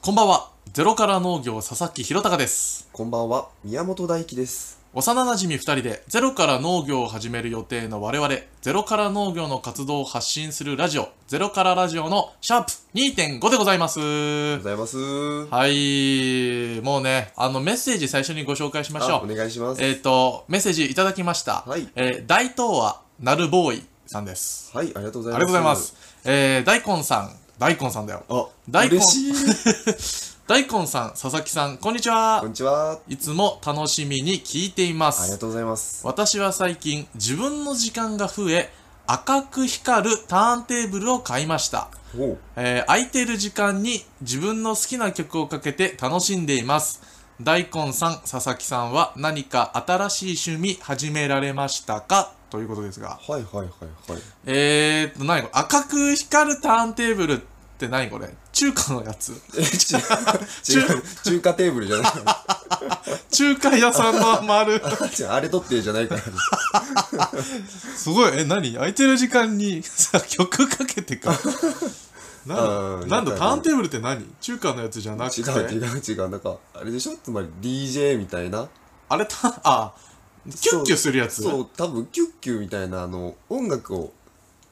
こんばんは。ゼロから農業佐々木弘隆です。こんばんは、宮本大輝です。幼馴染2人でゼロから農業を始める予定の我々、ゼロから農業の活動を発信するラジオ、ゼロからラジオのシャープ2.5でございます。おはようございます。ははい。もうね、あのメッセージ最初にご紹介しましょおう。願いします。えっ、と、メッセージいただきました。はいえー大東亜なるボーイさんです。はい、ありがとうございます。ありがとうございます。。えー、大根さん、大根さんだよ。あ、大根嬉しい。大根さん、佐々木さん、こんにちこんは。にちは。いつも楽しみに聞いていまありがす。とうございます。私は最近、自分の時間が増え、赤く光るターンテーブルを買いました。おうえー空いている時間に自分の好きな曲をかけて楽しんでいます。大根さん、佐々木さんは何か新しい趣味始められましたかということですが。はいはいはいはい。えーっと、何これ赤く光るターンテーブルって何これ中華のやつえ、ち 違う、中華テーブルじゃないから。中華屋さんの丸。違うあれ取ってじゃない から。すごい、え、何空いてる時間にさ、曲かけて か。なうんんなんだ、やっぱりねターンテーブルって何中華のやつじゃなくて。違う違う違う。なんか、あれでしょつまり DJ みたいな。あれ、た、あ、キュッキュするやつ。そう、多分キュッキュみたいな、あの、音楽を、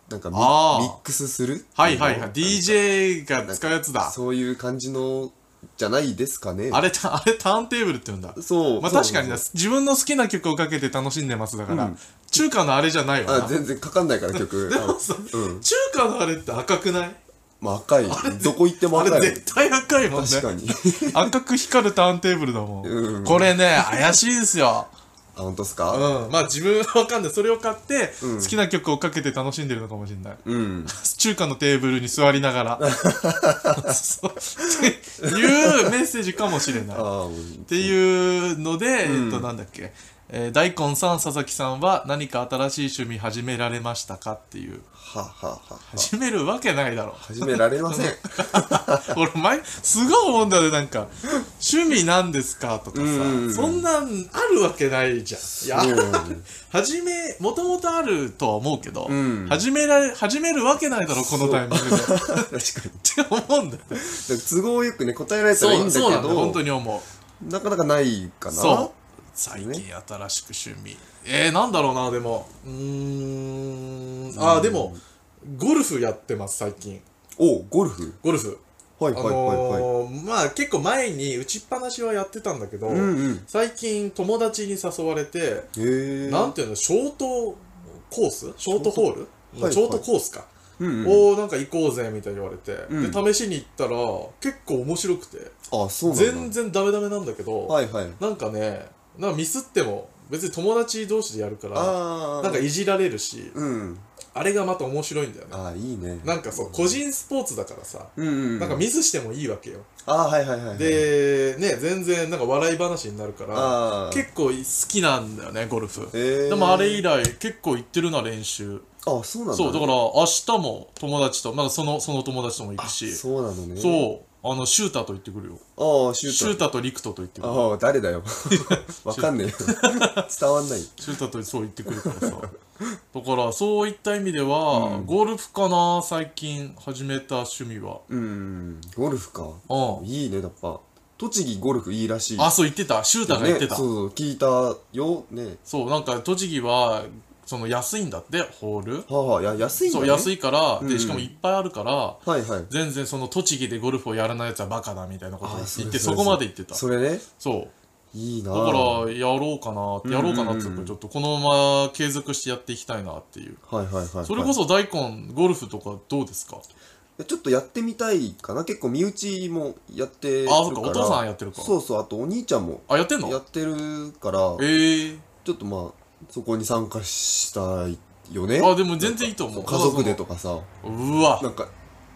なんかミミあーックスするはいはいはあい。の DJ が使うやつだ。そういう感じの、じゃないですかね。あれ、たあれターンテーブルって言うんだ。そう。まあそう確かにな、自分の好きな曲をかけて楽しんでますだから、うん中華のあれじゃないわあな。全然かかんないから 曲でもさ、うん中華のあれって赤くないまあ赤いどこ行ってもあれ赤い絶対赤いもんね確かに赤く光るターンテーブルだもん、うんこれね怪しいですよ あ本当っすうかんまあ自分はわかんないそれを買って、うん好きな曲をかけて楽しんでるのかもしれないうん中華のテーブルに座りなが らそうっていうメッセージかもしれないっあていうので、うんえっとなんだっけ、えー大根さん佐々木さんは何か新しい趣味始められましたかっていうはははは始めるわけないだろ 始められません俺前すごい思うんだよねなんか「趣味なんですか?」とかさ、うんそんなんあるわけないじゃんいやうん始めもともとあるとは思うけど、うん始められ始めるわけないだろこのタイミングでっ 確かにて思うんだよねだから都合よくね答えられたらいいそうんだけそうなんだよ本当どに思うなかなかないかなそう最近新しく趣味えー、なんだろうなでもうーんあーでもゴルフやってます最近おゴルフゴルフはいあはいはいはいのーまあ結構前に打ちっぱなしはやってたんだけど、うんうん最近友達に誘われて、へえなんていうのショートコースショートホールシショーョ,、トはいートコースか、うんうんをなんか行こうぜみたいに言われて、うで試しに行ったら結構面白くてあそうな全んだ然ダメダメなんだけど、はいはいなんかねなんかミスっても別に友達同士でやるからああなんかいじられるしうんあれがまた面白いんだよねああいいねなんかそう個人スポーツだからさ、うんうんなんかミスしてもいいわけよあーはいはいはいはいでね全然なんか笑い話になるからああ結構好きなんだよねゴルフえーでもあれ以来結構行ってるな練習あそうなんだそうだから明日も友達とまだそのその友達とも行くしそうなのねそうあのシューターと行ってくるよああシュシューーターとリクトと行ってタくるああ誰だよ わか んねえよ伝わんないシューターとそう行ってくるからさ だからそういった意味では、うんゴルフかな最近始めた趣味はうんゴルフかうんいいねやっぱ栃木ゴルフいいらしいあそう言ってたシューターが言ってた、ね、そうそう聞いたよねそうなんか栃木はその安いんだってホールはあ、はあ、や安いんだ、そうね、安いいから、うんうでんしかもいっぱいあるからはいはい全然その栃木でゴルフをやらないやつはバカだみたいなことをあ言っーてそ言れってそそれこまで言ってたそそれねういいなだからやろうかなってやろうかなっていううんうんかうんちょっとこのまま継続してやっていきたいなっていうはいはいはい、はい、それこそ大根ゴルフとかどうですかそちょっとやってみたいかな結構身内もやってるあそっかお父さんやってるかそうそうあとお兄ちゃんもあやってんのやってるからええちょっとまあそこに参加したいよねあでも全然いいと思う家族でとかさうわなんか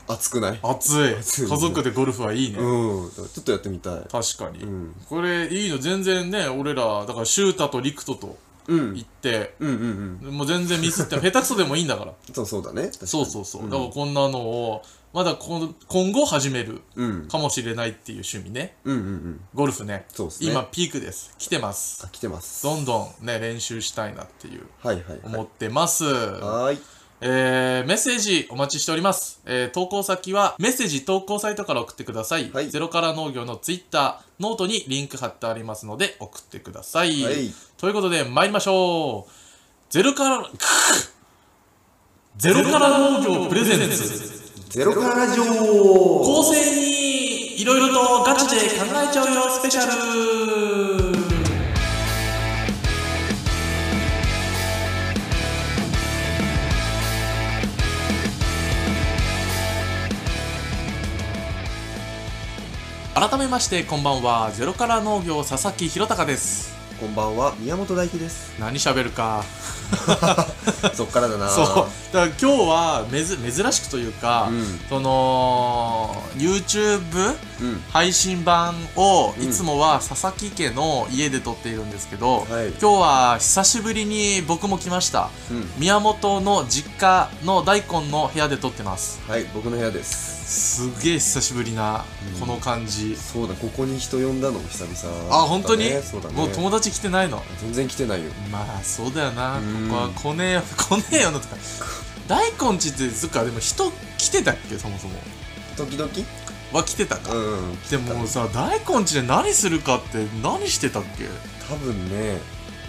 熱くない熱い熱い家族でゴルフはいいねうんちょっとやってみたい確かうにんこれいいの全然ね俺らだからシュータとリクトとうん行ってうんうんうんもう全然ミス っても下手くそでもいいんだからそうそうだね確かにそうそうそう、んだからこんなのをまだこん今後始めるうんかもしれないっていう趣味ねうんうんうんゴルフねそうですね今ピークです来てますあ来てますどんどんね練習したいなっていうはいはいはい思ってます、はーいえー、メッセージお待ちしております。えー、投稿先は、メッセージ投稿サイトから送ってください。はいゼロから農業のツイッター、ノートにリンク貼ってありますので、送ってください。はいということで、参りましょう。ゼロから、くっゼロから農業プレゼンツ。ゼロからラジオ構成に、いろいろとガチで考えちゃうよ、スペシャル。改めまして、こんばんは。ゼロから農業、佐々木弘隆です。こんばんは、宮本大 輝です。何喋るか。そっからだなそう。だから今日はめず、珍しくというか、うんその、YouTube うん。配信版をうんいつもは佐々木家の家で撮っているんですけど、はい今日は久しぶりに僕も来ましたうん。宮本の実家の大根の部屋で撮ってますはい、僕の部屋です。すげえ久しぶりなうんこの感じ、そうだ、ここに人呼んだのも久々。あ本当に、だねそうだね。もう友達来てないの全然来てないよ。まあそうだよな、うんここは来ねえよ 来ねえよなとか大根ちってそっかでも人来てたっけそもそも時々は来てたか、うん。でもさ大根ちで何するかって何してたっけ多分ね、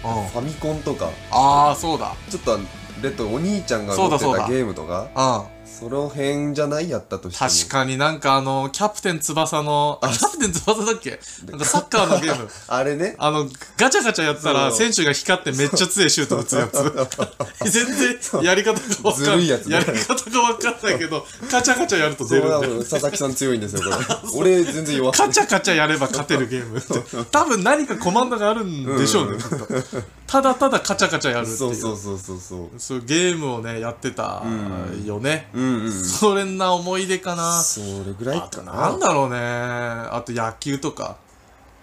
うんファミコンとか、ああそうだちょっと、レッドお兄ちゃんがそう持だってそうただゲームとか、うんその辺じゃないやったとしても。確かになんかあのキャプテン翼のあキャプテン翼だっけなんかサッカーのゲー ムあれね。あのガチャガチャやってたらそう選手が光ってめっちゃ強いシュート打つやつ 全然やり方が分ずかんるないいやつねやり方が分かんないけどガチャガチャやるとそ出うるんなだよの、佐々木さん強いんですよ、 これ。俺、全然弱くカチャカチャやれば勝てるゲーム って多分何かコマンドがあるんでしょうね、うんきっとただただカチャカチャやるっていうそうそうそうそうそう。そういうゲームをねやってたうんよね、うんうん。それんな思い出かなそれぐらいあかとな。なんだろうね。あと野球とか。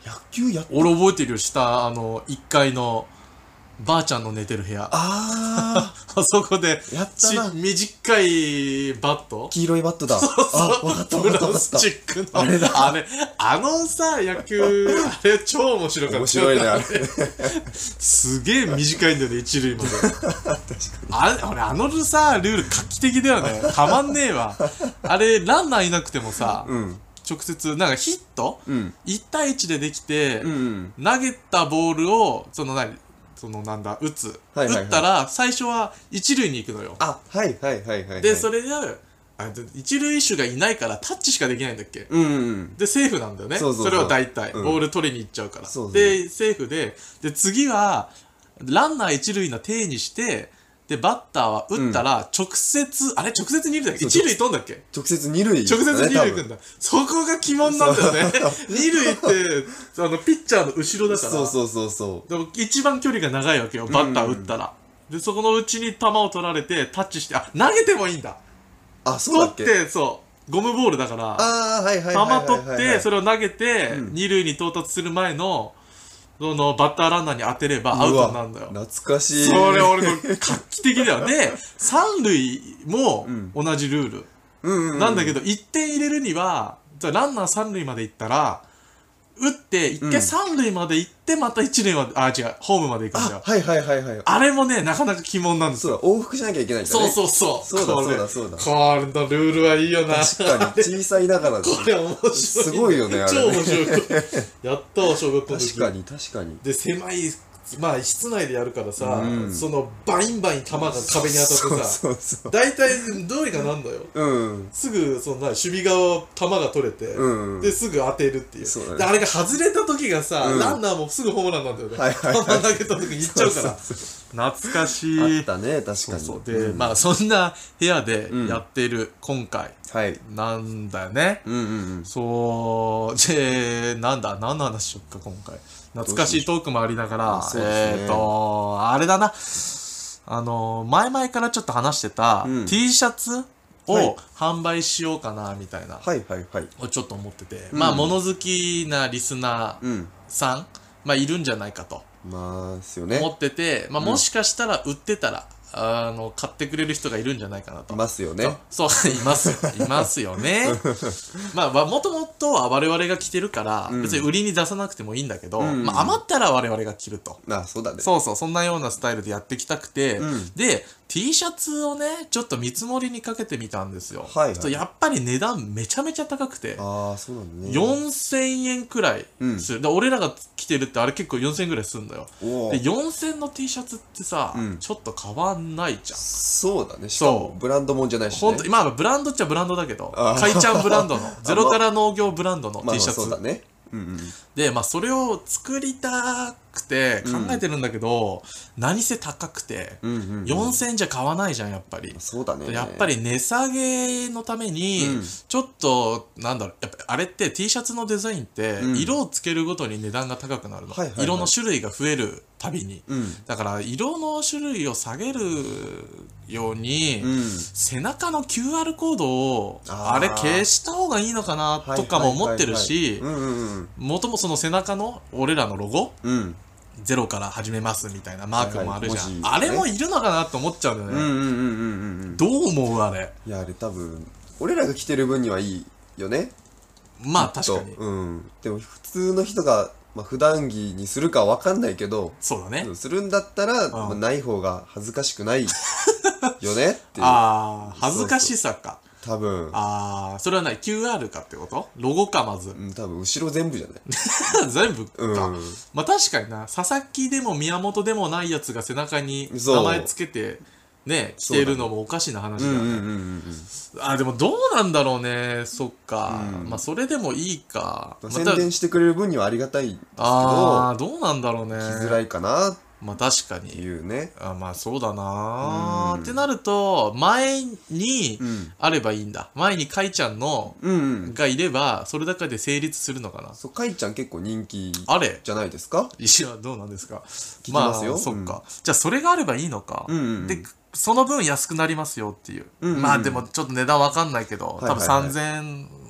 野球やっ俺覚えてるよ、下、あの、1階の、ばあちゃんの寝てる部屋。ああそこで、ー、やっちたな。短いバット黄色いバットだ。あ、わかっプたわかったわラかスチっックの。あれだ。あれ、あのさ、野球、あれ超面白かったた。面白いね、あれ。すげえ短いんだよね、一 塁まで。あれ、俺、あのさ、ルール画期的だよね。たまんねえわ。あれ、ランナーいなくてもさ、うん。直接、なんかヒットうん。 1対1でできて、うん。投げたボールをその何そのなんだ打つ、はいはいはい打ったら最初は一塁に行くのよあ、はいはいはいはい。でそれ。れであで一塁手がいないからタッチしかできないんだっけうんうん。でセーフなんだよねそうそうそうれは大体、うんボール取りに行っちゃうからそうそうでセーフでで次はランナー一塁の手にしてでバッターは打ったら直接、あれ直接二塁だっけそう一塁飛んだっけ直接二塁だ直ね。接二塁行く多ん分だそこが鬼門なんだよね二塁ってあのピッチャーの後ろだからそうそうそうそでも一番距離が長いわけよ、バッター打ったら。で、そこのうちに球を取られて、タッチして、あ、投げてもいいんだう。あ、そう取だっっけて、そう、ゴムボールだから、あー、はいはいはいはい。球取って、それ。れを投げて、うん二塁に到達する前の、その、バッターランナーに当てればアウトになるんだよう。わ懐かしい。それ俺の画期的だよ。で、三塁もうん同じルール。うんうん。なんだど。けど、1点入れるには、じゃあランナー3塁まで行ったら、打って、一う回ん3塁まで行って、また1塁まで、あ、違う、ホームまで行くんだあよ、。はいはいはいはい。あれもね、なかなか鬼門なんですそうよ。だ、往復しなきゃいけないからそうそね。うそう。そうだそうだそうだこれのルールはいいよな。確かに、小さいながらだ。これ面白い。すごいよねあれ超面白い。やったわ、小学校の時。確かに、確かに。で、狭い、まあ、室内でやるからさ、うんその、バインバイン球が壁に当たってさ、そうそうそう。大体、どうにかなんだよ。うん。すぐ、そんな、守備側、球が取れて、うんうん。で、すぐ当てるっていう。そうだねであれが外れた時がさ、うんランナーもすぐホームランなんだよね。はいはいは球投げた時に行っちゃうから。懐かしあったね、確かに。そうそう。で、うんまあ、そんな部屋でうんやっている今回はい。なんだよね。うんうんうん。そう、で、なんだ、何の話しよっか、今回。懐かしいトークもありながらあ、そうですえねっ、と、あれだな。あの、前々からちょっと話してた、うん T シャツはいを販売しようかな、みたいな、はいはいはい。をちょっと思ってて、うんまあ、物好きなリスナーうん。さん、まあ、いるんじゃないかと。まあ、ですよね。思ってて、まあ、うんもしかしたら売ってたら、あの買ってくれる人がいるんじゃないかなと。いますよね。そう、いますよ。いますよ ね。まあ、もともとは我々が着てるから、うん別に売りに出さなくてもいいんだけど、うんまあ、余ったら我々が着ると。あ、そうだね。そうそう、そんなようなスタイルでやってきたくて、うんで、 T シャツをね、ちょっと見積もりにかけてみたんですよ。はいはいちょっとやっぱり値段めちゃめちゃ高くて、ああ、そうなんだね。 4000円くらいうん。する。で俺らが着てるってあれ結構4000円くらいするんだよ。おおで、。4000の T シャツってさ、うんちょっと変わんないじゃん。そうだね。しかもそうブランドもんじゃないし、ね。ほんと、まあブランドっちゃブランドだけどあ、ーかいちゃんブラン ドの、ゼロから農業ブランドのまあ、 T シャそうツだね。うんうん。で、まあ、それを作りたくて考えてるんだけど、何せ高くて、うんうんうん、 4000円じゃ買わないじゃん、やっぱり。そうだね。やっぱり値下げのためにうん、ちょっと、なんだろう、やっぱあれって T シャツのデザインってう、ん色をつけるごとに値段が高くなるのはいはいは。い色の種類が増えるたびに。うん。だから、色の種類を下げるように、うん。背中の QR コードを、あーあれ消した方がいいのかな、とかも思ってるしう、んうんもともその背中の俺らのロゴうん。うん。ゼロから始めますみたいなマークもあるじゃん、はいはい文字ねあれもいるのかなと思っちゃうのようんうね、んうんうんうん。どう思うあれいや、あれ多分、俺らが着てる分にはいいよね。まあ確かに、とうん。でも、普通の人が、まあ、普段着にするかわかんないけど、そうだね、するんだったら、んまあ、ない方が恥ずかしくないよねっていう。 ああ恥ずかしさか多分、ああそれはない QR かってことロゴかまずうん、多分、後ろ全部じゃない。 全部か、うまあ確かにな佐々木でも宮本でもないやつが背中にそう名前つけてね着てるのもおかしな話ん。だうんよね、うんうんうんうん。あでもどうなんだろうねそっか、うんまあそれでもいいかまあま宣た伝してくれる分にはありがたいんですけあど、あどうなんだろうね着づらいかなっまあ確かてにいうね。あまあそうだなーうんってなると前にうん。あればいいんだ前にかいちゃんのうんうん。がいればそれだけで成立するのかなそう、かいちゃん結構人気あれじゃないですかいやどうなんですか聞きますよ。あそっか、じゃあそれがあればいいのか、うん。うんうんうん。でその分安くなりますよっていう、うんうんうんまあでもちょっと値段わかんないけど、はいはいはい多分3000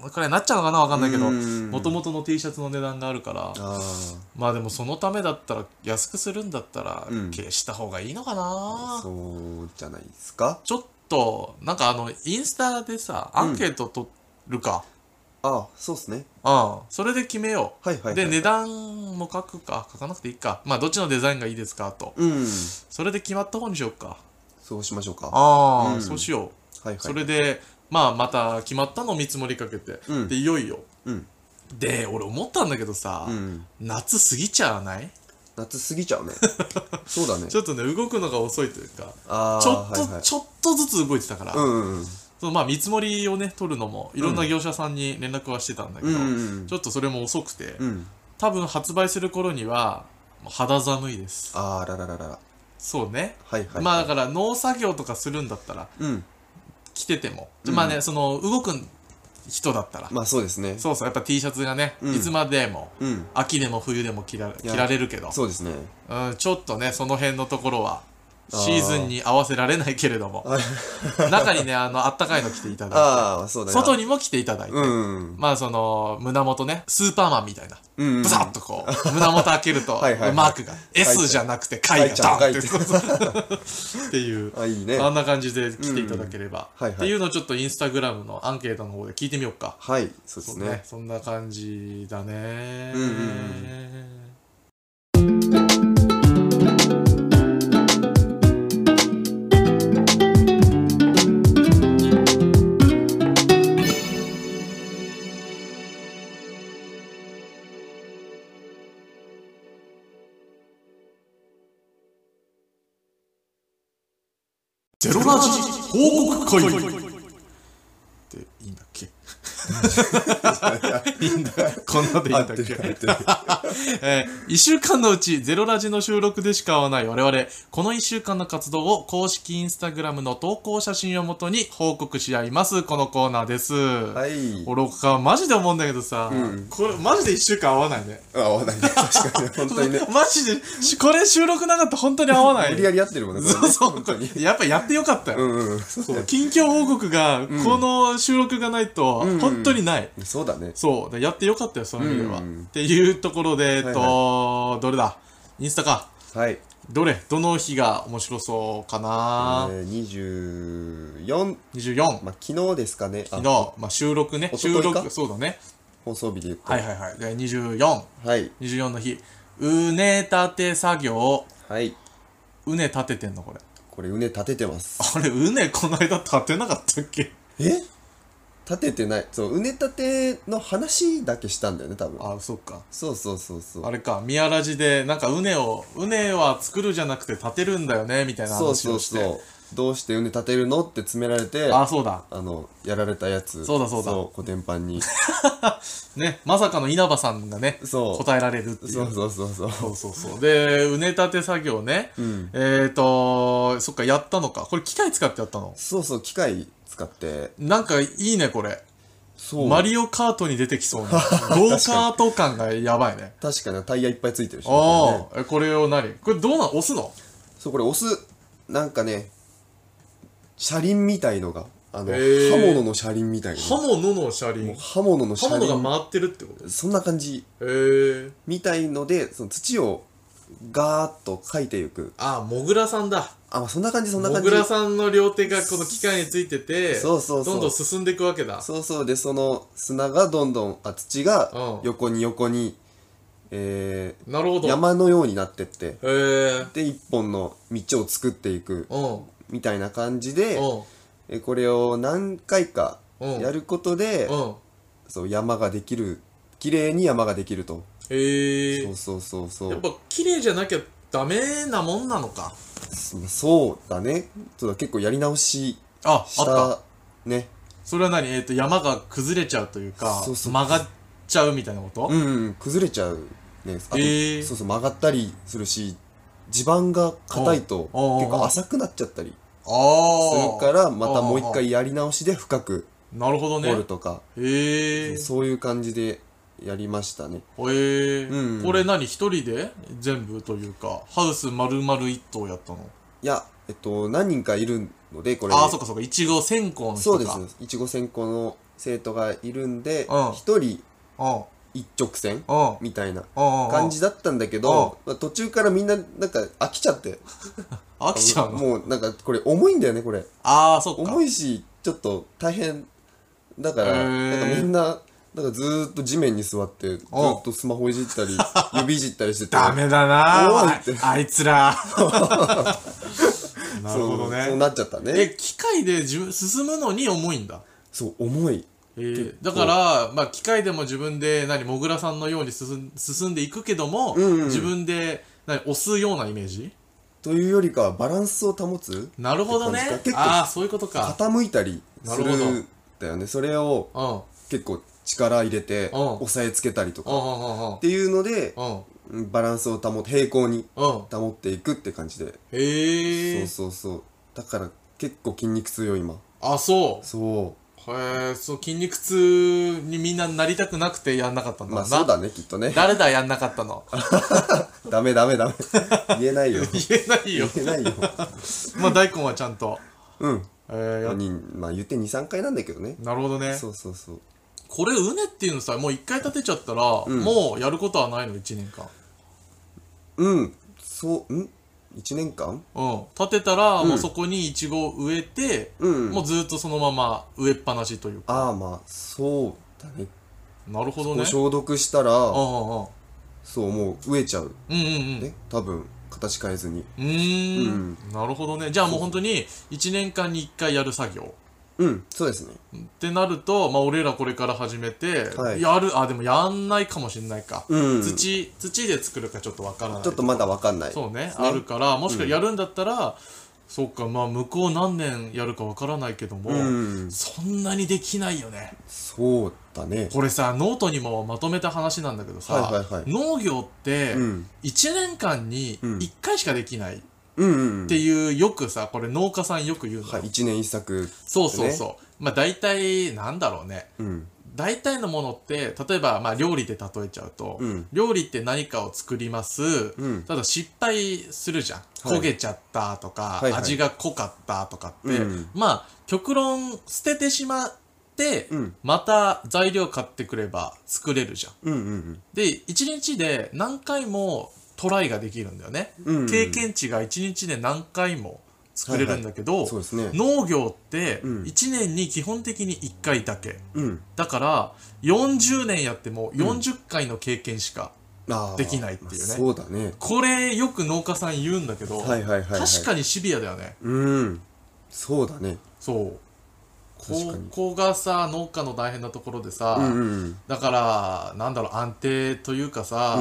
円くらいになっちゃうのかなわかんないけどうんうんうんもともとの T シャツの値段があるからああ。まあでもそのためだったら安くするんだったらうん消した方がいいのかな、そうじゃないですかちょっとなんかあのインスタでさアンケート取るかあそうっすねうん、それで決めよう、はいはいはいで値段も書くか書かなくていいかまあどっちのデザインがいいですかとうんそれで決まった方にしようかそうしましょうかはああ、うんそうしよういはいそれで、まあ、また決まったのを見積もりかけて、うんでいよいようんで俺思ったんだけどさ、うん夏過ぎちゃわない夏過ぎちゃ うねそうだねちょっとね動くのが遅いというかあーちょっと、はいはいちょっとずつ動いてたから、うんうんそのまあ見積もりをね取るのもいろんな業者さんに連絡はしてたんだけうど、んうんうんちょっとそれも遅くて、うん多分発売する頃にはもう肌寒いですあーらららららそうね、はいはいまああだから農作業とかするんだったらうん着てても、うんまあねその動く人だったらまあそうですねそうそう、やっぱ T シャツがね、うんいつまでも、うん秋でも冬でも着らいや着られるけど、そうですねうん、ちょっとね、その辺のところは、あーシーズンに合わせられないけれど も、中にね、あの、あったかいの着ていただああそういだて、ね外にも着ていただいて、うんうんまあその、胸元ね、スーパーマンみたいな、うんうんブサッとこう、胸元開けると、 はいはいはいマークが、S じゃなくて、貝がドンって、書そうそう って いう。あいいねあんな感じで来ていただければ、うんはいはいっていうのをちょっとインスタグラムのアンケートの方で聞いてみようか。はいそうでそすうねね、そんな感じだね。うんうんゼロラジ報告会っていいんだっ けいいんだ。こんなでいい合んっだってる合けってる えー、1週間のうちゼロラジの収録でしか会わない我々、この1週間の活動を公式インスタグラムの投稿写真をもとに報告し合います、このコーナーです。はい俺か、マジで思うんだけどさ、うんこれ、マジで1週間会わないね。あ合わないね確かに本当にね マジで、しこれ収録なかったら本当に合わな無い理。やりやってるもんねこれねそうそ本当にう。やっぱやってよかったうよ。んうんそうそう近況報告が、この収録がないとうん、本当にない。そうだねそう。でやってよかったよ、その意味では。うんっていうところで、えっはいと、どれだインスタか。はいどれどの日が面白そうかな、えー、24、 ?24。まあ、昨日ですかねあ昨日、まあ、収録ね。おとと収いか録、そうだね。放送日で言うとはいはいはい。で、24。はい24の日。うねたて作業。はいうね立ててんのこれ。 これ畝立ててますあれ、うね、この間立てなかったっけえ立ててないそう畝立ての話だけしたんだよね多分あ、そっか。そうそうそうそうあれか、宮ラジで、なんか、うねを、うねは作るじゃなくて立てるんだよね、みたいなそう話そをうして。そうどうして畝立てるのって詰められてあ、そうだ。あのやられたやつそうだそうだそうコテンパンにね、まさかの稲葉さんがね、 そう答えられるっていう。そうそうそうそうそうそうそう。で、うね立て作業ね。うんえーと、そっか、やったのか。これ機械使ってやったのそうそう機械使ってなんかいいね、これ。そうマリオカートに出てき そうな。ゴーカート感がやばいね。確かにタイヤいっぱいついてるしねこれねああ、えこれを何これどうなの押すのそうこれ押すなんかね車輪みたいのがあのへー刃物の車輪みたいな刃物の車輪。刃物刃の車物輪が回ってるってことへそんな感じえー。みたいのでその土をガーッとかいていくああ、モグラさんだ。あまあそんな感じそんなモ感グじラさんの両手がこの機械についてて、そうそうそうどんどん進んでいくわけだ。そうそうでその砂がどんどんあ土がうん横に横に、えなるほーど。山のようになってってへえ。で一本の道を作っていくうん。みたいな感じでうん。えこれを何回かうんやることでうん。そう山ができる綺麗に山ができるとへえそう。そうそうそやっうぱ綺麗じゃなきゃダメなもんなのか。そそうだねそうだ結構やり直しあ、しあった。たねそれは何えっ、と、山が崩れちゃうというか、そうそう曲がっちゃうみたいなこと、うん、うん、崩れちゃうねあと、へーそうそう曲がったりするし地盤が硬いと結おうおうおう構浅くなっちゃったりすあるあ。からまたもうあ一あ回やり直しで深くなるほど掘ね。るとか、へえ。そういう感じでやりましたねへえ、うんこれ何一人で全部というか、ハウス丸々一棟やったのいやえっと何人かいるのでこれああ、そっかそっか。いちご線香の人そうか。ですね。いちご専攻の生徒がいるんでうん一人うん。一直線うん。うんみたいなうん。うん感じだったんだけど、まあ、途中からみんななんか飽きちゃって飽きちゃうの もうなんかこれ重いんだよねこれああ、そっか。重いしちょっと大変だから、へーなんかみんななんかずーっと地面に座ってずーっとスマホいじ ったり指いじったりしててダメだな重いあってあいつ ら。なるほどそうそうね。なっちゃったえ、ね機械で自分進むのに重いんだ。そう重いえ結ー、構だから、まあ、機械でも自分で何もぐらさんのように進ん進んでいくけども、うんうん自分で何押すようなイメージというよりかはバランスを保つなるほどねって感じか結構ああそういうことか傾いたりするなるほどんだよねそれをうんうん結構力入れてうん押さえつけたりとうかっんうんうんていうのでうんうんバランスを保って平行にうん保っていくって感じでへえそうそうそうだから結構筋肉痛よ今あそそうへえそう筋肉痛にみんななりたくなくてやんなかったんうだろまあうそうなだねきっとね誰だやんなかったの ダメダメ ダメ言えないよ言えないよ言えないよまあ大根はちゃんとうんえー、やっにまあ言って23回なんだけどねなるほどねそうそうそうこれうねっていうのさもう一回立てちゃったら、んもうやることはないの1年間うんそうん1年間うん立てたら、うんもうそこにイチゴを植えて、うんもうずっとそのまま植えっぱなしというかああまあそうだねなるほどこねう消毒したらうそうもう植えちゃうんうんうんうんうんね多分形変えずにうーんなるほどねじゃあもうそう本当に1年間に1回やる作業うんそうですねってなるとまあ俺らこれから始めて、はいやるあでもやんないかもしんないか、うんち土土で作るかちょっとわからないょっとまだわかんないそうねねあるからもしくはやるんだったら、そっかまあ向こう何年やるかわからないけども、うんそんなにできないよねそうだねこれさノートにもまとめた話なんだけどさ、はいはいはい農業ってうん1年間にうん1回しかできないっうんうんていうよくさこれ農家さんよく言うの、はい一年一作そうそうそう、まあ大体なんだろうねうん大体のものって例えばまあ料理で例えちゃうと、うん料理って何かを作ります、うんただ失敗するじゃん、い焦げちゃったとか、はいはい味が濃かったとかって、うんまあ極論捨ててしまって、うんまた材料買ってくれば作れるじゃんうんうんで1日で何回もトライができるんだよね、うんうん経験値が1日で何回も作れるんだけど、そうですね農業ってうん1年に基本的に1回だけ、うんだから40年やっても40回の経験しかあーできないっていうねまあそうだねこれよく農家さん言うんだけど、はいはいはい、はい、確かにシビアだよねうんそうだねそう確かこにこがさ農家の大変なところでさ、うんうんだからなんだろう安定というかさ、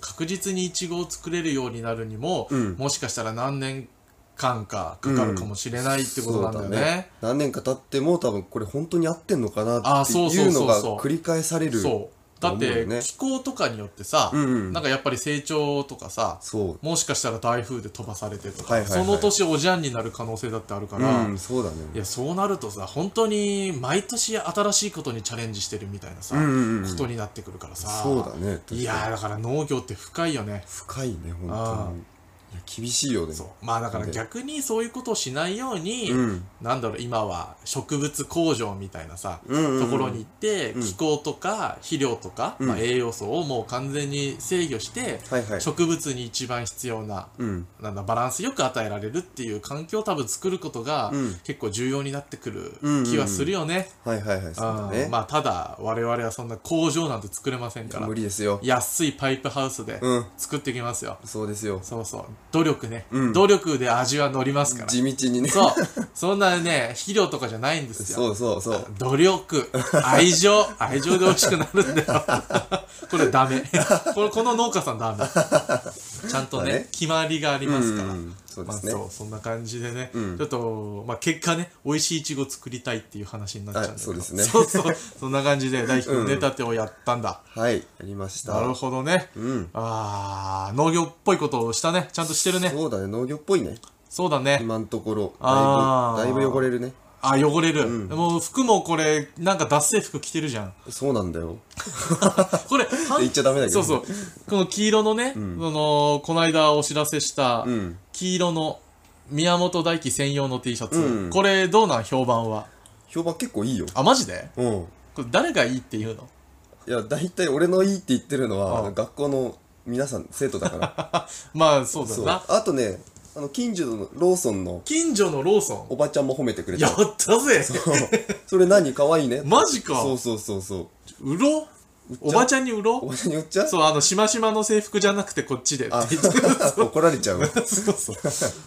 確実にイチゴを作れるようになるにも、うんもしかしたら何年間かかかるかもしれないってことなんだよね。そう何年か経っても多分これ本当に合ってんのかなあーってそうそいううのそうがそう繰り返されるそうだっと思うてよね気候とかによってさ、うんうんなんかやっぱり成長とかさそうもしかしたら台風で飛ばされてとか、はいはいはいその年おじゃんになる可能性だってあるから、うんそうだねいやそうなるとさ本当に毎年新しいことにチャレンジしてるみたいなさ、うんうんうんことになってくるからさそうだねいやーだから農業って深いよね深いね本あ当にいや厳しいよねそうまあだから逆にそういうことをしないように、うんなんだろう今は植物工場みたいなさ、うんうんうんところに行って、うん気候とか肥料とか、うんまあ、栄養素をもう完全に制御して、はいはい植物に一番必要なうんなんだバランスよく与えられるっていう環境を多分作ることが、うん結構重要になってくるうんうん気はするよね。はいはいはいそうだうねんまあただ我々はそんな工場なんて作れませんから無理ですよ安いパイプハウスでうん作っていきますよ、そうですよそうそう努力ね、うん努力で味は乗りますから地道にねそうそんなね肥料とかじゃないんですよそうそうそう努力愛情愛情で美味しくなるんだよ これダメこれこの農家さんダメちゃんとねまあね決まりがありうますんから、うんそうでまあすねそうそんな感じでね、うんちょっと、まあ、結果ね美味しいいちご作りたいっていう話になっちゃうんだけど、はいそうですねそうそうそんな感じ で大輝くん出たてをやったんだ、はいやりましたなるほどね、うんあー農業っぽいことをしたねちゃんとしてるねそうそうだね農業っぽいねだね今のところあーだいぶだいぶ汚れるねあ汚れる、もう服もこれなんか脱製服着てるじ ゃんそうなんだよこれ言っちゃダメだけどそうそうこの黄色のね、そのこの間お知らせしたうん黄色の宮本大輝専用の T シャツ、うんこれどうなん評判は評判結構いいよあマジでうんこれ誰がいいって言うのいや大体俺のいいって言ってるのああは学校の皆さん生徒だからまあ そうだそうなあとねあの近所のローソンの近所のローソおばちゃんも褒めてくれンやたったぜ それ何かわいいねマジかそうそうそうそう売ろう売っちゃうおばちゃんに売ろおうばちゃんに言っちゃうそうあのしましまの制服じゃなくてこっちでってあ言って怒られちゃうわそうそう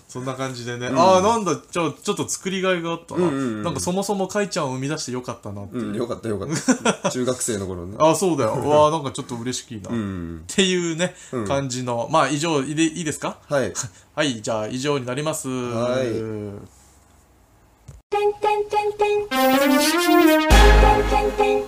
そんな感じでね、ああなんだじゃあちょっと作りがいがあったな、うんうんうんなんかそもそもかいちゃんを生み出してよかったなって、うんよかったよかっ た中学生の頃ねああそうだようわあなんかちょっと嬉しいな、うっんていうね、ん感じのまあ以上いでいいですかはいはいじゃあ以上になりますは Ten ten ten ten. Ten ten ten. Ten ten ten.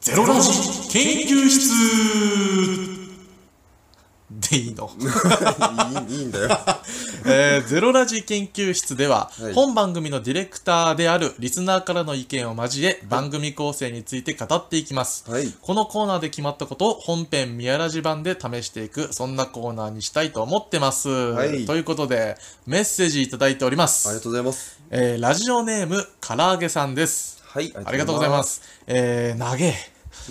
ゼロラジ研究室でいいのいいいいん だよえーゼロラジ研究室では、はい本番組のディレクターであるリスナーからの意見を交え、番組構成について語っていきます。はいこのコーナーで決まったことを本編宮ラジ版で試していく、そんなコーナーにしたいと思ってます。いということで、メッセージいただいておりまありがす。とうございますえーラジオネーム、から揚げさんです。はいありがとうございます。えー、長え。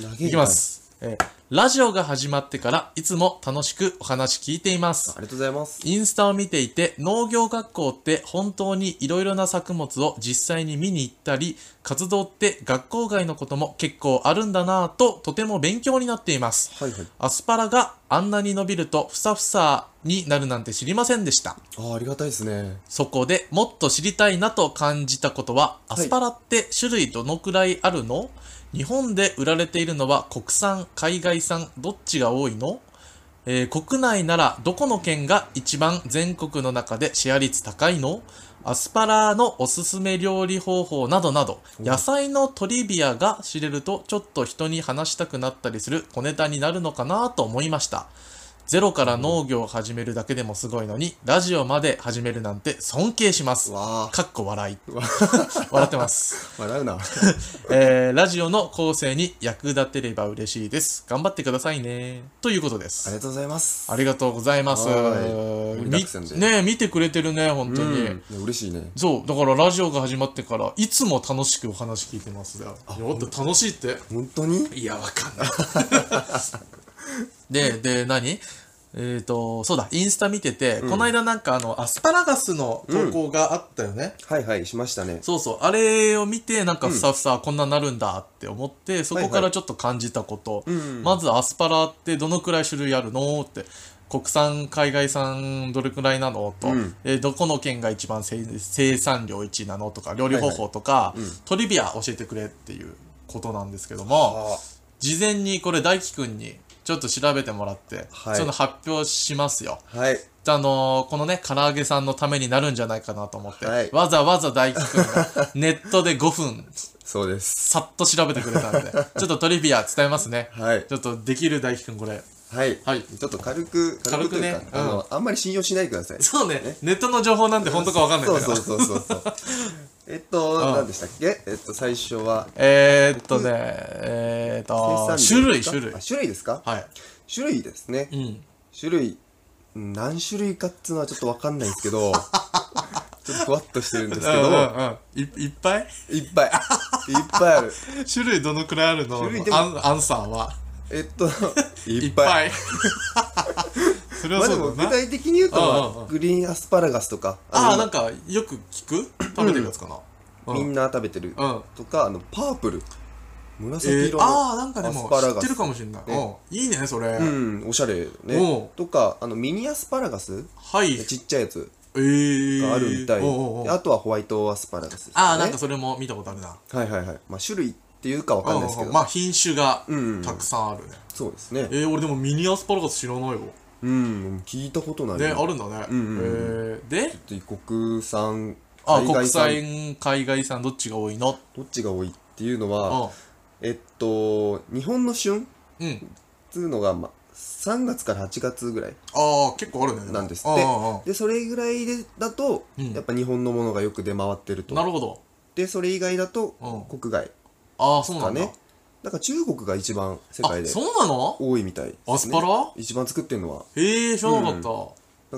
投げいきます。えーラジオが始まってからいつも楽しくお話聞いていますあ。りがとうございますインスタを見ていて農業学校って本当にいろいろな作物を実際に見に行ったり活動って学校外のことも結構あるんだなぁととても勉強になっていますはいはいアスパラがあんなに伸びるとふさふさになるなんて知りませんでしたあありがたいですねそこでもっと知りたいなと感じたことは、アいスパラって種類どのくらいあるの日本で売られているのは国産、海外産、どっちが多いの、えー国内ならどこの県が一番全国の中でシェア率高いのアスパラのおすすめ料理方法などなど、野菜のトリビアが知れるとちょっと人に話したくなったりする小ネタになるのかなと思いました。ゼロから農業を始めるだけでもすごいのに、ラジオまで始めるなんて尊敬します。わかっこ笑い。 笑ってます、あ笑うなえー。ラジオの構成に役立てれば嬉しいです。頑張ってくださいね。ということでありす。がとうございますありがとうございます。はーい盛りだくさんでみね見てくれてるね、本当に。うんいや嬉しいねそう、だからラジオが始まってから、いつも楽しくお話聞いてますよ。いやだって楽しいって。本当に いや、わかんない。で、で、何えっ、と、そうだ、インスタ見てて、この間なんかあの、アスパラガスの投稿があったよね。はいはいしましたねそうそう、あれを見て、なんかスタッフさ、ん、こんななるんだって思って、そこからちょっと感じたこと。まずアスパラってどのくらい種類あるのって。国産、海外産、どれくらいなのと、うんえーどこの県が一番生生産量1位なのとか、料理方法とか、トリビア教えてくれっていうことなんですけども、あ事前にこれ大輝くんにちょっと調べてもらって、はいその発表しますよ。はいあのーこのね、唐揚げさんのためになるんじゃないかなと思って、はいわざわざ大輝くんがネットで5分、そうですさっと調べてくれたんで、ちょっとトリビア伝えますね。はいちょっとできる大輝くんこれ。はい、はいちょっと軽く軽くねというかあの、あんまり信用しないでくださいそうね、ネットの情報なんて本当かわかんないかそら。うそうそう そうそうえっと、うん何でしたっけえっと最初はえー、っとね、えー、っと、生種産量で類、すか種類あ。種類ですかはい。種類ですね、うん。種類うん何種類かっつうのはちょっとわかんないんですけ どちょっとふわっとしてるんですけうんうんうどんいいっぱいいっぱいいっぱいある種類どのくらいあるの種類でもアンアンサーはえっとい いっっぱぱいい それまはあでそもうだ具な、体的に言うと、うんうんうんグリーンアスパラガスとかああーなのんかよく聞く食べてるやつかな、うんみんな食べてるうんとか、あのパープル紫えー色、の、ああなんかでもアスパラ知っガスてるかもしれない、ねうんいいねそれ、うんおしゃれおうねとかあのミニアスパラガスはいちっちゃいやつえー、があるみたい、おうおうおうであとはホワイトアスパラガスですあかあねなんかそれも見たことあるなはいはいはいまあ種類っていうかわかんないですけうんうんうどんまあ品種がうんたくさんあるね、そうですねえー、俺でもミニアスパラガス知らないようん聞いたことないねあちょるんだね、うんうんうえー、でっと異国産あ海国外産産海外産どっちが多いのどっちが多いっていうのはうえっと日本の旬っんうんつうのが、まあ、3月から8月ぐらいああ結構あるねでもなんですうっうてんうんでそれぐらいでだと、うんやっぱ日本のものがよく出回ってるとなるほどでそれ以外だと、う国外ああそうなかんだ、ねだから中国が一番世界あでそうなの多いみたいです、ね、アスパラ一番作ってるのはへえ知らなかった、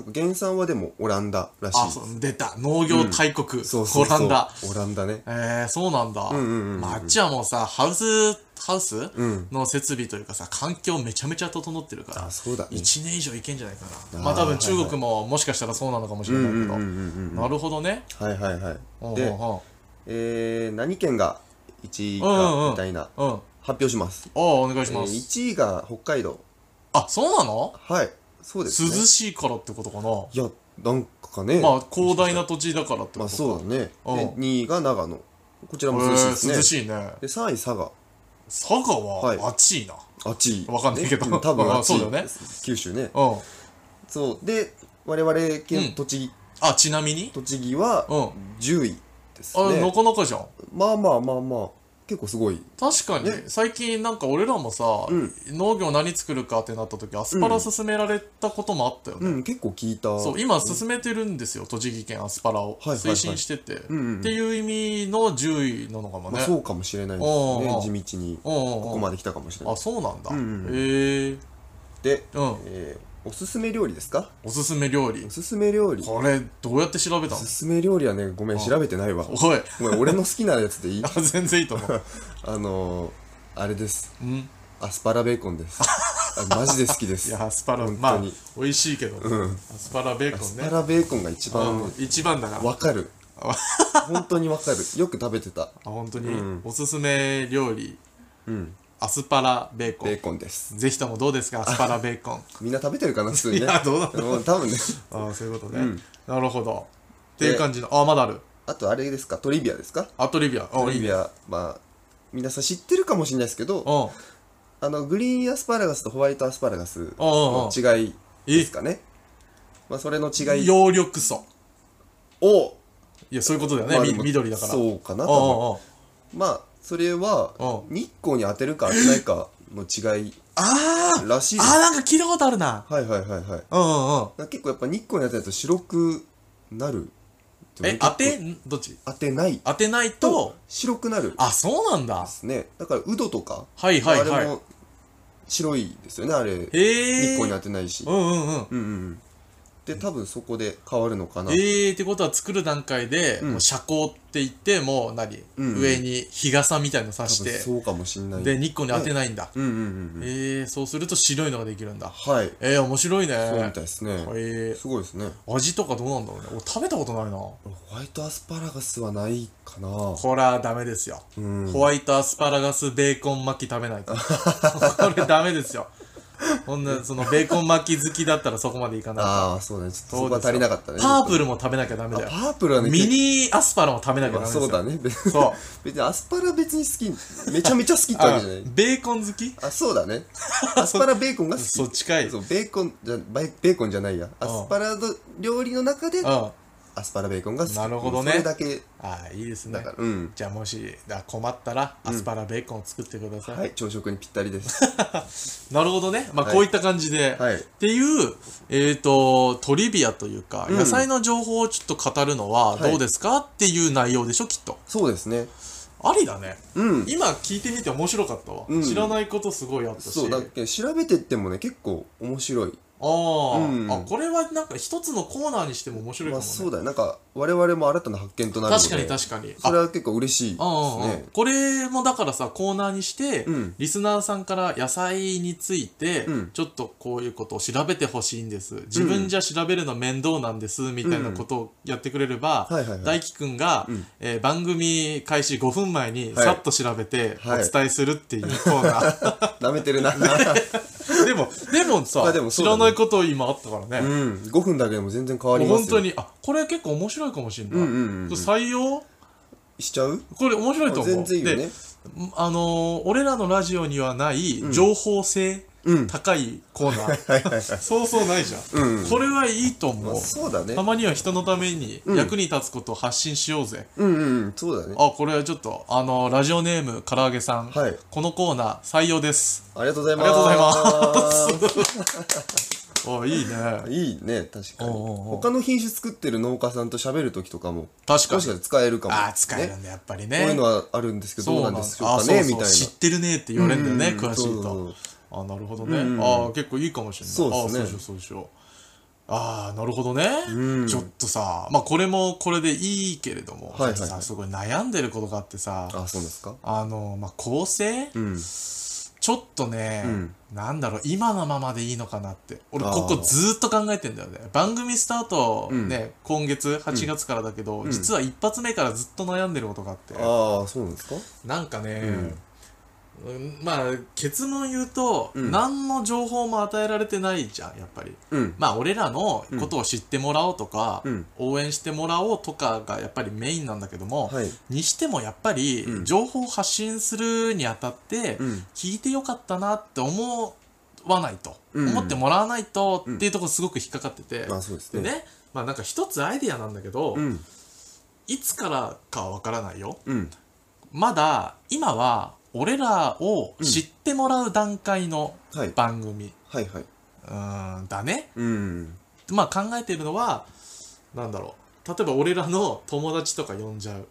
なんか原産はでもオランダらしいあですそう出た農業大国、そうそうそオうランダオランダねえー、そうなんだ、んうんうんうんまああっちはもうさハウスハウス、うんの設備というかさ環境めちゃめちゃ整ってるからあそうだね1年以上いけんじゃないかなあーまあ多分中国ももしかしたらそうなのかもしれないけど、うんうんうんうんうんなるほどねはいはいはうんういんで、えー、何県が1位うんうんかみたいなうんうんあ発表しますあお願いしえー、ます、 1位が北海道あそうなのはいそうです涼ねしいからってことかないやなんかねまあ広大な土地だからってことかまあそうだねでうん2位が長野こちらえも涼しいですーね、涼しいねで3位佐賀佐賀はいは暑いな、あっちわかんないけどねうん多分ああっちそうだよね九州ねうんそうで我々県、うん栃木あちなみに栃木はうん10位ですあ、ね、なかなかじゃんまあまあまあまあ結構すごい確かに、ね最近なんか俺らもさ、うん農業何作るかってなった時アスパラ勧められたこともあったよね、うん結構聞いたそう今進めてるんですよ栃木県アスパラを、はいはいはい推進してて、うんうんっていう意味の10位なのかもね、まあ、そうかもしれないですおうおねう地道にこうんうんうんこまで来たかもしれないあそうなんだ、うんうんうんへえで、うんえーおすすめ料理ですかおすすめ料理おすすめ料理おこれどうやって調べたのすすめ料理はねごめん調べてないわ おいごめん俺の好きなやつでいいあ全然いいと思 う、あのー、あれですうん、アスパラベーコンですあマジで好き でいすやアスパラ本当にまあ美味しいけど、うんアスパラベーコンアねスパラベーコンが一番うん一番だからわかるあ本当にわかるよく食べてたあ本当に、うんおすすめ料理うんアスパラベーコンベーコンですぜひともどうですかアスパラベーコ ンみんな食べてるかな普通にいねやどうなんだもう多分ねああそういうことね、うんなるほどってでいう感じのあまだあるあとあれですかトリビアですかアトリビアあトいリいビねアまあ皆さん知ってるかもしれないですけどうんあのグリーンアスパラガスとホワイトアスパラガスおうおの違いえですかねまあそれの違い葉緑素をいやそういうことだよね、まあみでも緑だからそうかなあ多分あまあそれはうん日光に当てるか当てないかの違いあーらしいですあーはなんか聞いたことあるないはいはいはうんういんうんだから結構やっぱ日光に当てると白くなるえ当てんどっち当てない当てないとと白くなるあそうなんだですねだからウドとかはいはいはいあれも白いですよねあれへえ日光に当てないしうんうんうんうんうんで多分そこで変わるのかな、えー、ってことは作る段階で、うんもう遮光って言ってもう何、うん上に日傘みたいのさ多し分てそうかもしんないで日光に当てないんだ、うんうんうんうんえー、そうすると白いのができるんだはいえー、面白いねそうみたいですねえすごいですねー、味とかどうなんだろうね俺食べたことないなホワイトアスパラガスはないかなこれはダメですよ、うんホワイトアスパラガスベーコン巻き食べ ないとこれダメですよほんなそのベーコン巻き好きだったらそこまでいかないああそうねちょっとそこでがすよ足りなかったねパープルルも食べなきゃダメあだパよープルはねミ結ニアスパラも食べなきゃ構ダまメあですよそうだね別にそう別にアスパラ別に好きめちゃめちゃ好きってわけじゃないあベーコン好きあそうだねアスパラベーコンが好きそう近いそうベーコンじゃバイベーコンじゃないやアスパラの料理の中でうんあアスパラベーコンが好きなるほどねそれだけあいいですねだからうんじゃあもしだ困ったらアスパラベーコンを作ってください、はい朝食にぴったりです なるほどねまあはいこういった感じで、はいっていうえっ、とトリビアというか、うん野菜の情報をちょっと語るのははいどうですか、っていう内容でしょきっとそうですねありだねうん今聞いてみて面白かったわ、うん知らないことすごいあったしそうだっけ調べてってもね結構面白いあー、うんあこれはなんか一つのコーナーにしても面白いかまもあね、そうだよなんか我々も新たな発見となるので確かに確かにそれは結構嬉しいですうんうんうんねこれもだからさコーナーにして、うんリスナーさんから野菜について、うんちょっとこういうことを調べてほしいんです自分じゃ調べるの面倒なんですみたいなことをやってくれれば、はいはいはい大輝くんが、うんえー番組開始5分前にはいさっと調べておはい伝えするっていうコーナー、 なめてるなでもでもさ、まあでもそ知うだらねないこと今あったからうね、ん5分だけでも全然変わりもうま本す当よにあこれ結構面白いかもしれない、うんうんうんうん採用しちゃうこれ面白いと思う全然いいでよねあのー俺らのラジオにはない情報性うん高いコーナー、はいはいはいそうそうないじゃん、うんこれはいいと思う、まあそうだねたまには人のために役に立つことを発信しようぜ、うんうんそうだねあこれはちょっとあのーラジオネームから揚げさん、はいこのコーナー採用ですありがとうございあまりがすとうございます あいいねいいね確かにおうおうおう他の品種作ってる農家さんと喋る時とかも確かにもしかして使えるかもあー使えるねんだやっぱりこうねいうのはあるんですけどどうなんでしょうかあそうねそうみたいな知ってるねって言われるんだよね、うんうん詳しいとそうそうあなるほどね、うんあ結構いいかもしれないそうっすねあそうしようそうしようああなるほどね、うんちょっとさまあこれもこれでいいけれども、はいはいはいちょっとさすごい悩んでることがあってさああそうですかのまあ構成、うんちょっとね、うんなんだろう今のままでいいのかなって俺あーここずーっと考えてんだよね番組スタートうんね、今月8月からだけど、うん実は一発目からずっと悩んでることがあって、ああそうなんですかなんかね、うんまあ結論言うと、うん何の情報も与えられてないじゃんやっぱりうんまあ俺らのことを知ってもらおうとか、うん応援してもらおうとかがやっぱりメインなんだけども、はいにしてもやっぱりうん情報を発信するにあたってうん聞いてよかったなって思わないと、うん思ってもらわないとっていうところすごく引っかかってて、まあそうですでねねまあなんか一つアイディアなんだけど、うんいつからかわからないようんまだ今は俺らを知ってもらう段階のはい番組、はいはいうーん、だね。うんまあ考えてるのは、なんだろう。例えば俺らの友達とか呼んじゃう。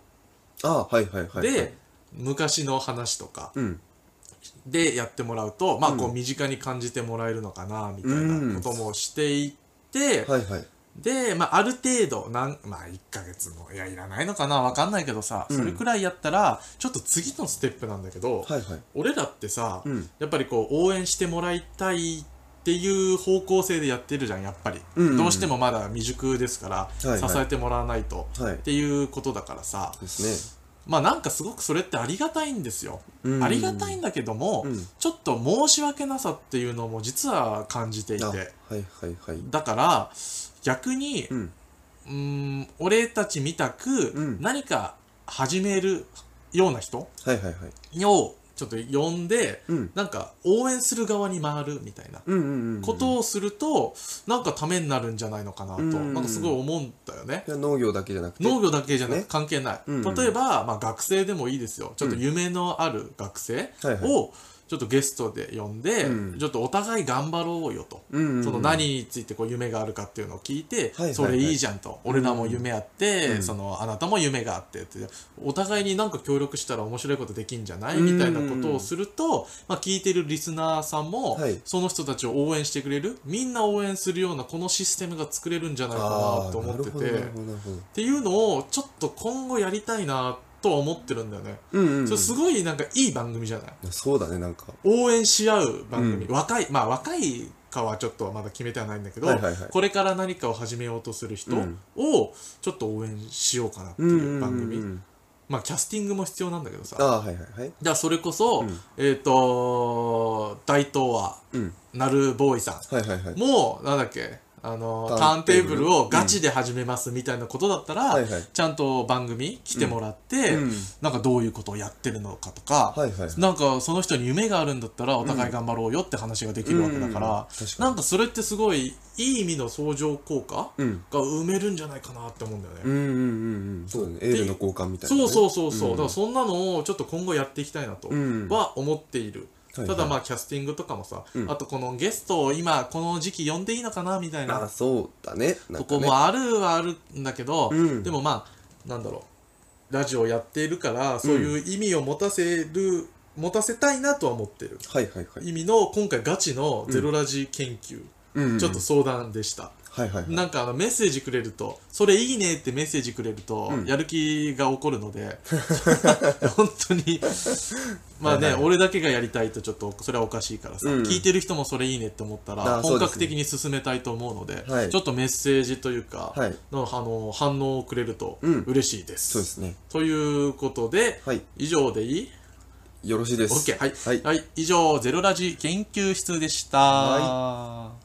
あはいはいはいはいで、昔の話とかうんでやってもらうと、まあこううん身近に感じてもらえるのかな、みたいなこともしていって、はいはいで、まあ、ある程度なん、まあ、1ヶ月も、いや、いらないのかな、わかんないけどさ、うんそれくらいやったら、ちょっと次のステップなんだけど、はいはい俺らってさ、うんやっぱりこう応援してもらいたいっていう方向性でやってるじゃんやっぱり、うんうんうんどうしてもまだ未熟ですから、いはい支えてもらわないと、はいっていうことだからさですまあなんかすごくそれってありがたいんですよ、うんありがたいんだけども、うんちょっと申し訳なさっていうのも実は感じていねてあはいはいはいだから逆にう、んうーん、俺たちみたくうん何か始めるような人はいはいはいをちょっと呼んで、うんなんか応援する側に回るみたいなうんうんうんことをすると、なんかためになるんじゃないのかなと、うんなんかすごい思うんだよねい。や農業だけじゃなくて農業だけじゃなくね関係ない。うんうん例えば、まあ、学生でもいいですよ。ちょっと夢のある学生はいはいをちょっとゲストで呼んで、うんちょっとお互い頑張ろうよと、うんうんうんその何についてこう夢があるかっていうのを聞いて、はいはいそれいいじゃんと俺らも夢あって、そのあなたも夢があってってお互いになんか協力したら面白いことできんじゃないみたいなことをすると、まあ、聞いてるリスナーさんも、はいその人たちを応援してくれるみんな応援するようなこのシステムが作れるんじゃないかあなあと思なってて。るほどなるほどなるほどっていうのをちょっと今後やりたいなとは思ってるんだよね、うんうんうんそれすごいなんかいい番組じゃないそうだねなんか応援し合う番組、う若いまあ若いかはちょっとまだ決めてはないんだけど、はいはいはいこれから何かを始めようとする人うんをちょっと応援しようかなってうんいう番組、うんうんまあキャスティングも必要なんだけどさああはいはいはいじゃあそれこそ、うんえっ、と大東亜うんなるボーイさんはいはいはいもうなんだっけあのタターーンンテテーブーブルルをガチで始めますみたいなことだったら、はいはいちゃんと番組来てもらって、うんなんかどういうことをやってるのかとか、はいはいはいなんかその人に夢があるんだったらお互い頑張ろうよって話ができるわけだから、うんうん確かになんかそれってすごいいい意味の相乗効果うんが埋めるんじゃないかなって思うんだよね。うんうんうんうんそうだねエールの交換みたいなそねうそうそうそう、んだからそんなのをちょっと今後やっていきたいなとうんは思っている、はいたはいだまあキャスティングとかもさ、うんあとこのゲストを今この時期呼んでいいのかなみたいあなあそうだねなんとかこねもあるはあるんだけど、うんでもまあなんだろうラジオやっているからそういう意味を持たせる、持たせたいなとは思ってるはいはいはい意味の今回ガチのゼロラジ研究、うんうんちょっと相談でした、はいはいはいなんかあのメッセージくれると「それいいね」ってメッセージくれると、うんやる気が起こるの で本当にまあね、はいはい俺だけがやりたいとちょっとそれはおかしいからさ、うん聞いてる人もそれいいねって思ったらあ本そうですね格的に進めたいと思うのではいちょっとメッセージというか、はいのあの反応をくれるとうん嬉しいです。そうですねということで、はい以上でいいよろしいです ?OK、はい、ははいい以上、ゼロラジ研究室でした。は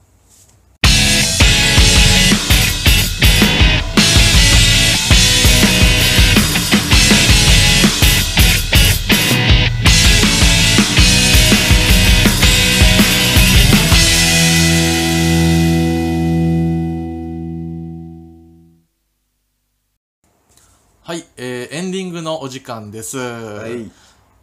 はい、えーエンディングのお時間です。はい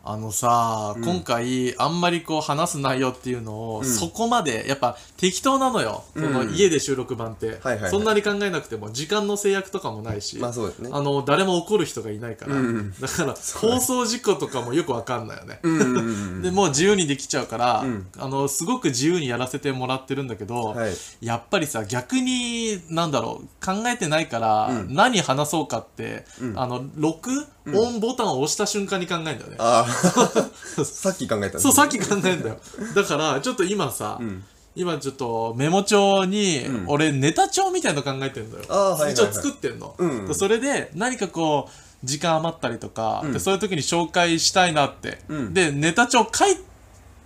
あのさ、今回あんまりこう話す内容っていうのを、そこまでやっぱ適当なのよ、そのうん家で収録版って、はいはいそんなに考えなくても時間の制約とかもないし、まあそうですねあの誰も怒る人がいないから、うんうんだ から放送事故とかもよくわかんないよね。うんうんうんでもう自由にできちゃうから、んあのすごく自由にやらせてもらってるんだけど、はい やっぱりさ逆になんだろう考えてないから、うん何話そうかって、うんあの録音ボタンを押した瞬間に考えるんだよね。ああ さっき考えたそうさっきき考えんだよだからちょっと今さ、うん今ちょっとメモ帳に、うん俺ネタ帳みたいの考えてんだよあーはいはいはい一応作ってんの、うんうんそれで何かこう時間余ったりとか、うんでそういう時に紹介したいなって、うんでネタ帳書い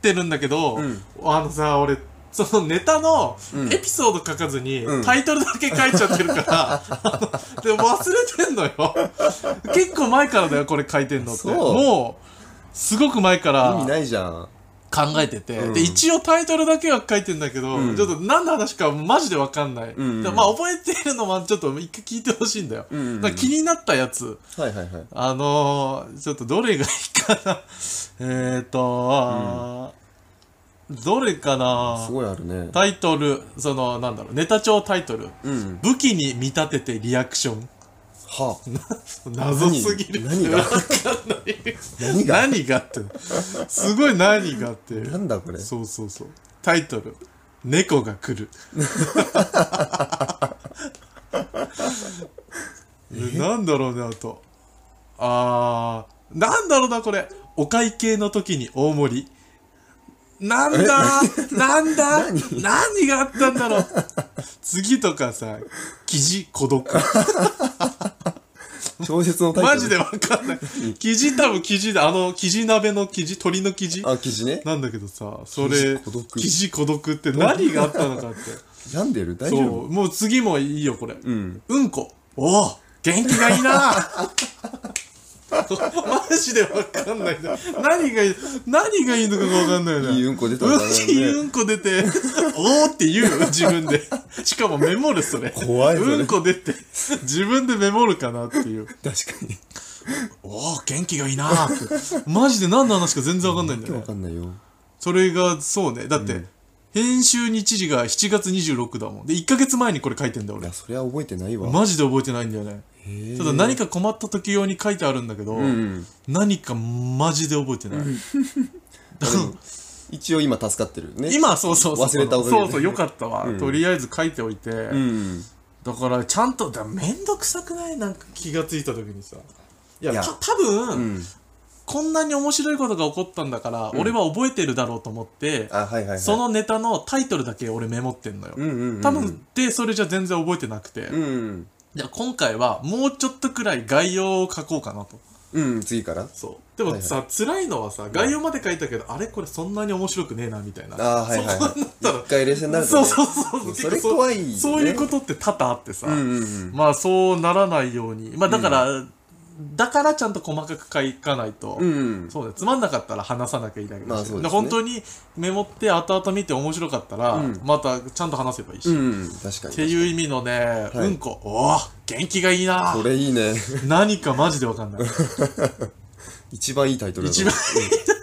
てるんだけど、うんあのさ俺そのネタのうんエピソード書かずに、うんタイトルだけ書いちゃってるか ら、あので忘れてんのよ。結構前からだよ、これ書いてんのって。そうもう、すごく前から。意味ないじゃん考えてて、うんで一応タイトルだけは書いてんだけど、うんちょっと何の話かマジで分かんない、うんでまあ覚えてるのはちょっと一回聞いてほしいんだよ、うんうんだから気になったやつはいはいはいあのー、ちょっとどれがいいかな えーとどれかなすごいあるねタイトルそのなんだろうネタ帳タイトルうんうん武器に見立ててリアクションはあ謎すぎる何何が何が 何がってすごい何がっていうなんだこれそうそうそう。タイトル。猫が来る。でなんだろうね、あと。あー、なんだろうな、これ。お会計の時に大盛り。なんだなんだ何があったんだろう次とかさ、記事孤独。小説のタイトルマジでわかんない。記事多分記事で、あの、記事鍋の記事、鶏の記事あ記事ねなんだけどさ、それ記事孤、独記事孤独って何があったのかって。病んでる 大そ丈夫う、もう次もいいよ、これ。うんこ。おお元気がいいな マジでわかんないな。何がいい、何がいいのかがわかんないな。いいうんこ出たうんんだこねいいうんこ出て、 おーって言うよ、自分で。しかもメモる、それ。怖いそれうんこ出て、自分でメモるかなっていう。確かにおお元気がいいなマジで何の話か全然わかんないんだよ、わねか。んないよそれが、そうね。だって、うん編集日時が7月26だもん。で、1ヶ月前にこれ書いてんだよ、い俺や。それは覚えてないわマジで覚えてないんだよね。へただ何か困った時用に書いてあるんだけど、うんうん何かマジで覚えてない。でも一応今助かってるね今、そうそうそう。忘れたおかげでそうそう、よかったわ。うんとりあえず書いておいて。うんだから、ちゃんと、だめんどくさくないなんか気がついた時にさ。いや、いやた多分、うんこんなに面白いことが起こったんだから、俺は覚えてるだろうと思って、あはいはいはいそのネタのタイトルだけ俺メモってんのよ。うんうんうん多分、で、それじゃ全然覚えてなくて。うんうんじゃあ今回は、もうちょっとくらい概要を書こうかなと。うん次からそう。でもさ、辛いのはさ、概要まで書いたけど、あれこれそんなに面白くねえな、みたいな。あはいはいそこになったはいら一回冷静になるとそうねそうそう。結そ構れ怖いよねそういうことって多々あってさ。うんうんうんまあそうならないように。まあだから、だからちゃんと細かく書かないと。うんうんそうだよつまんなかったら話さなきゃいいだけだし、まあそうですねだから本当にメモって後々見て面白かったら、うんまたちゃんと話せばいいし、うっんうん確かてにいう意味のね、いうんこおお元気がいいなそれいいね 何かマジでわかんない一番いいタイトルだと一思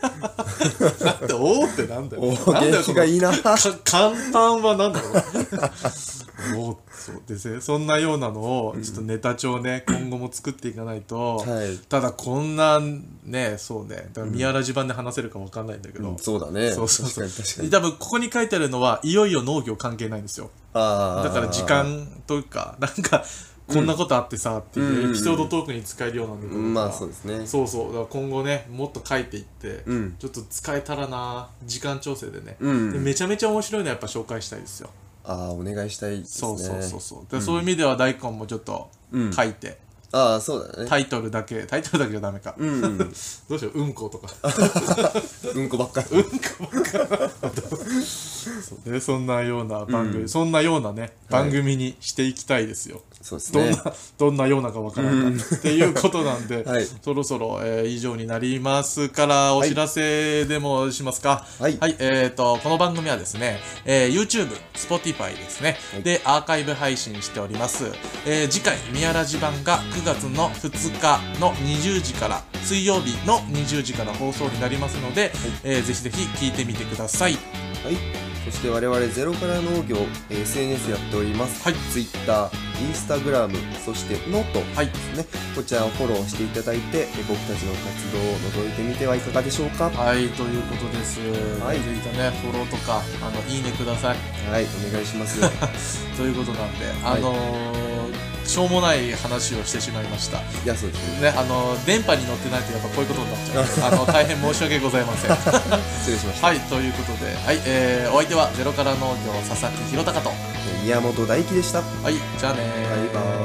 番うだっておおってなんだよおなーんだよ元気がいいなか簡単は何だろうもうそうですねそんなようなのをちょっとネタ帳ね、今後も作っていかないと、はいただこんなねそうねだから宮ラジ版で話せるかわかんないんだけど、うん そうだねそうそうそう確かに確かに多分ここに書いてあるのはいよいよ農業関係ないんですよあーだから時間というかなんかこんなことあってさってうんうんいうんううエんピソードトークに使えるようなのとかまあそうですねそうそうだから今後ねもっと書いていって、うんちょっと使えたらな時間調整でね、うんでめちゃめちゃ面白いのやっぱ紹介したいですよああお願いしたいですねそうそうそうそうで、そういう意味では大根もちょっとうん書いて、ああそうだねタイトルだけタイトルだけじゃダメか、うんうん どうしよううんことかうんこばっかりそうねそんなような番組、そんなようなね番組にしていきたいですよ、そうですどんねな、どんなようなかわからんが、っていうことなんで、 はいそろそろ、えー以上になりますから、お知らせでもしますか。はいえっ、と、この番組はですね、えー YouTube、Spotify ですね、はいで、アーカイブ配信しております。えー次回、宮ラジ版が9月の2日の20時から、水曜日の20時から放送になりますので、えーぜひぜひ聞いてみてください。はいそして我々ゼロから農業えー SNS やっておりますはい Twitter、Instagram そしてノートはい。ねこちらをフォローしていただいてえー僕たちの活動を覗いてみてはいかがでしょうかははい、ということです。はいぜひとね、フォローとか、あの、いいねください。いお願いします ということなんで、はいあのーしょうもない話をしてしまいました。いやそうですねね、あのー電波に乗ってないとやっぱこういうことになっち ゃう。あの、大変申し訳ございません。は失礼しました、い、ということで、はい、えー、お相手はゼロから農業佐々木弘隆と。えー宮本大輝でしたバはい、じゃあねイーバーイ